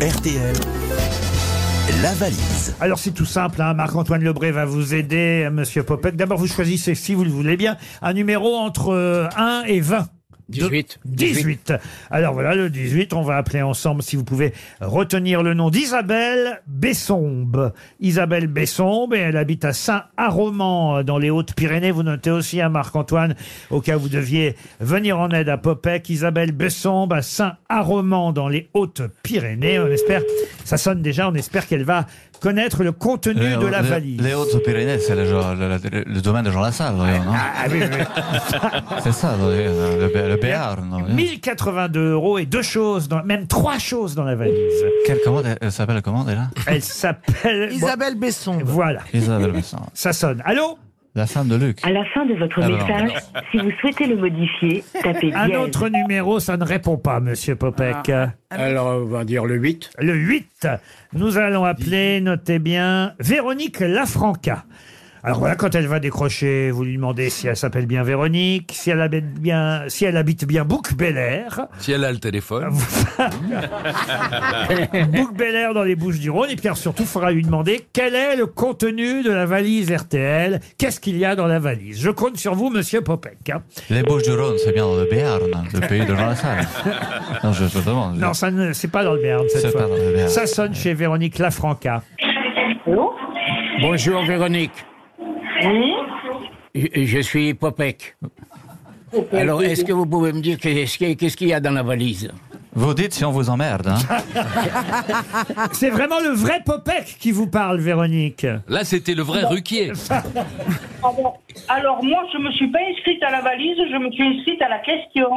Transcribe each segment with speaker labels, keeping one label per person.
Speaker 1: RTL, la valise.
Speaker 2: Alors c'est tout simple, hein, Marc-Antoine Lebré va vous aider, euh, Monsieur Popek. D'abord, vous choisissez, si vous le voulez bien, un numéro entre euh, 1 et 20. De-
Speaker 3: 18.
Speaker 2: 18. Alors voilà, le 18, on va appeler ensemble, si vous pouvez retenir le nom d'Isabelle Bessombe. Isabelle Bessombe, et elle habite à Saint-Aromand, euh, dans les Hautes-Pyrénées. Vous notez aussi à Marc-Antoine, au cas où vous deviez venir en aide à Popek, Isabelle Bessombe à Saint-Aromand, dans les Hautes-Pyrénées. On espère, ça sonne déjà, on espère qu'elle va connaître le contenu de la valise.
Speaker 4: Euh, Les Hautes-Pyrénées, c'est le, genre- le- le- le domaine de Jean Lassalle, voyons, non
Speaker 2: Ah oui, oui, oui.
Speaker 4: C'est ça, voyons, le, le, le Béarn. non, voyons.
Speaker 2: 1082 euros et deux choses, dans- même trois choses dans la valise.
Speaker 4: Quelle commande elle, elle s'appelle la commande, elle là
Speaker 2: Elle s'appelle.
Speaker 5: Isabelle Besson.
Speaker 2: Bon, voilà,
Speaker 4: Isabelle Besson.
Speaker 2: ça sonne. Allô
Speaker 4: La femme de Luc.
Speaker 6: À la fin de votre
Speaker 4: Ah bah non,
Speaker 6: message, si vous souhaitez le modifier, tapez
Speaker 2: Un
Speaker 6: dièse.
Speaker 2: autre numéro, ça ne répond pas, monsieur Popek.
Speaker 3: Alors, on va dire le 8.
Speaker 2: Le 8, nous allons appeler, notez bien, Véronique Lafranca. Alors voilà, quand elle va décrocher, vous lui demandez si elle s'appelle bien Véronique, si elle habite bien, si elle habite bien Bouc Bel Air,
Speaker 7: Si elle a le téléphone.
Speaker 2: Bouc Bel Air dans les Bouches du Rhône, et puis alors, surtout, il faudra lui demander quel est le contenu de la valise RTL, qu'est-ce qu'il y a dans la valise. Je compte sur vous, monsieur Popek. hein.
Speaker 4: Les Bouches-du-Rhône, c'est bien dans le Béarn, le pays de Jean Lassalle. non, je te demande.
Speaker 2: Non, ça ne, c'est pas dans le Béarn cette
Speaker 4: C'est
Speaker 2: fois.
Speaker 4: pas dans le Béarn.
Speaker 2: Ça sonne chez Véronique Lafranca.
Speaker 6: Allô
Speaker 3: Bonjour Véronique,
Speaker 6: Oui
Speaker 3: je, je suis Popek. Alors, est-ce que vous pouvez me dire qu'est-ce qu'il qu'est-ce qu'il y a dans la valise
Speaker 4: Vous dites si on vous emmerde, hein
Speaker 7: Ah,
Speaker 2: C'est vraiment le vrai Popek qui vous parle, Véronique.
Speaker 7: Là, c'était le vrai Ruquier.
Speaker 8: Ah bon. Alors moi, je me suis pas inscrite à la valise, je me suis inscrite à la question.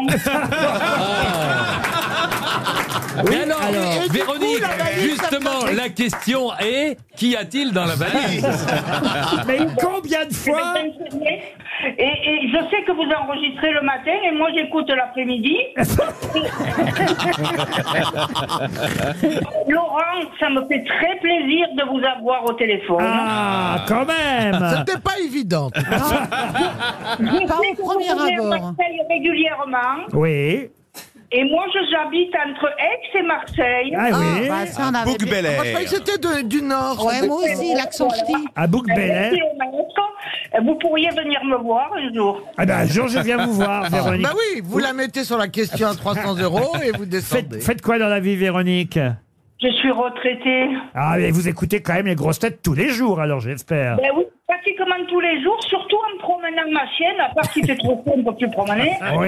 Speaker 7: Mais alors, Véronique, justement, la question est qu'y a-t-il dans la valise
Speaker 2: Mais combien de
Speaker 8: Je vais
Speaker 2: fois
Speaker 8: t'enseigner. et, et je sais que vous enregistrez le matin et moi j'écoute l'après-midi. Laurent, ça me fait très plaisir de vous avoir au téléphone.
Speaker 2: Ah, quand même
Speaker 5: C'était pas évident.
Speaker 8: je
Speaker 5: pas
Speaker 8: sais
Speaker 5: au
Speaker 8: que vous
Speaker 5: premier
Speaker 8: venez à
Speaker 5: abord.
Speaker 8: Marseille régulièrement
Speaker 2: Oui.
Speaker 8: et moi je- j'habite entre Aix et Marseille.
Speaker 2: Ah oui.
Speaker 9: bah, ça, on avait
Speaker 1: Bouc
Speaker 9: bien-
Speaker 1: Bel
Speaker 5: Moi, je croyais
Speaker 1: Air.
Speaker 5: que c'était de- du Nord.
Speaker 9: Ouais, moi aussi, l'accent ch'ti.
Speaker 2: À Bouc
Speaker 8: À
Speaker 2: Bel
Speaker 8: vingt
Speaker 2: Air.
Speaker 8: kilomètres. Vous pourriez venir me voir un jour.
Speaker 2: Ah ben, un jour, je viens vous voir, Véronique.
Speaker 5: Bah oui, vous la mettez sur la question à 300 euros et vous descendez.
Speaker 2: Faites, faites quoi dans la vie, Véronique
Speaker 8: Je suis retraitée.
Speaker 2: Ah, mais vous écoutez quand même les grosses têtes tous les jours, alors j'espère.
Speaker 8: Ben oui, pratiquement tous les jours, surtout en promenant ma chienne, à part qu'il fait trop court, on ne peut plus promener.
Speaker 2: Oui.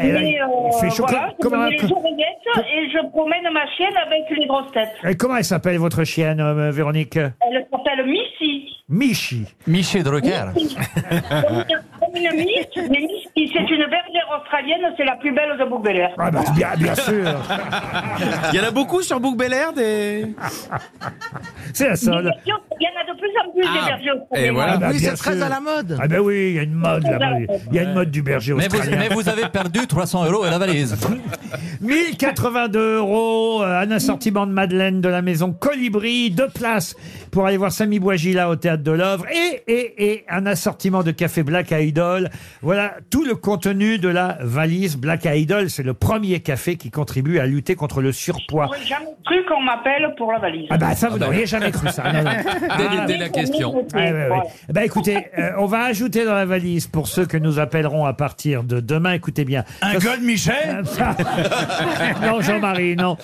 Speaker 2: Et là,
Speaker 8: Mais, euh,
Speaker 2: Ah, eh il fait chaud.
Speaker 8: voilà, je
Speaker 2: Comment,
Speaker 8: me mets les oreillettes et je promène ma chienne avec les grosses têtes.
Speaker 2: et eh, comment elle s'appelle, votre chienne, euh, Véronique
Speaker 8: Elle s'appelle Missy.
Speaker 2: Michi.
Speaker 4: Michel Drucker.
Speaker 2: Oh,
Speaker 7: Ah,
Speaker 8: Comme comme une Miss, mais Missy, c'est une bergère australienne, c'est la plus belle de bouc
Speaker 2: Ah bah, bien, bien sûr.
Speaker 5: Il y en a beaucoup sur Bouc Bel Air des.
Speaker 2: C'est la
Speaker 8: Il y
Speaker 2: seule.
Speaker 8: en a de plus en plus des bergers
Speaker 7: et
Speaker 8: australiennes.
Speaker 7: voilà.
Speaker 2: Ah bah,
Speaker 5: oui,
Speaker 2: bien
Speaker 5: c'est très
Speaker 2: sûr.
Speaker 5: à la mode.
Speaker 2: Ah ben oui, il y a une mode là-bas. Il y a une mode du berger
Speaker 4: Mais vous,
Speaker 2: australien.
Speaker 4: mais vous avez perdu 300 euros et la valise.
Speaker 2: 1082 euros, euh, un assortiment de Madeleine de la maison Colibri, deux places pour aller voir Samy Bouagila au théâtre de l'œuvre et, et, et un assortiment de café Black Idol. Voilà tout le contenu de la valise Black Idol. C'est le premier café qui contribue à lutter contre le surpoids.
Speaker 8: J'aurais jamais cru qu'on m'appelle pour la valise.
Speaker 2: Ah bah ça, vous
Speaker 5: ben
Speaker 7: bah
Speaker 2: n'auriez jamais cru ça. Non, non.
Speaker 7: Telle
Speaker 2: Ah,
Speaker 7: était la question.
Speaker 2: Ouais, ouais, ouais. Bah, écoutez, euh, on va ajouter dans la valise pour ceux que nous appellerons à partir de demain. Écoutez bien.
Speaker 4: Un God Michel
Speaker 2: non, Jean-Marie, non.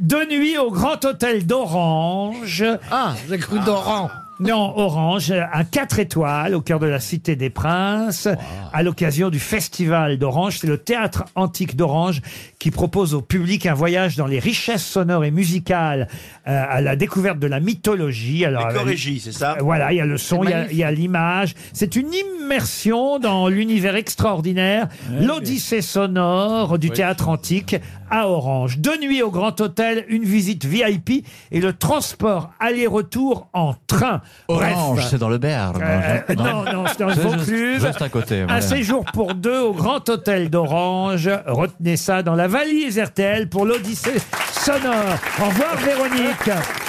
Speaker 2: Deux nuits au Grand Hôtel d'Orange.
Speaker 5: Ah, j'ai cru d'Oran.
Speaker 2: Non, Orange, un 4 étoiles au cœur de la Cité des Princes, à l'occasion du Festival d'Orange. C'est le théâtre antique d'Orange qui propose au public un voyage dans les richesses sonores et musicales euh, à la découverte de la mythologie. Alors, avec-
Speaker 1: c'est ça
Speaker 2: euh, Voilà, il y a le son, il y a- il y a l'image. C'est une immersion dans l'univers extraordinaire, l'Odyssée sonore du théâtre antique à Orange. Deux nuits au Grand Hôtel, une visite VIP et le transport aller-retour en train. Bref.
Speaker 4: Orange, c'est dans le Béarn.
Speaker 2: Euh,
Speaker 4: non,
Speaker 2: non, non, Ah, c'est dans le
Speaker 4: C'est juste-
Speaker 2: Vaucluse.
Speaker 4: juste à côté,
Speaker 2: Un
Speaker 4: voilà.
Speaker 2: séjour pour deux au Grand Hôtel d'Orange. Retenez ça dans la valise RTL pour l'Odyssée sonore. Au revoir Véronique.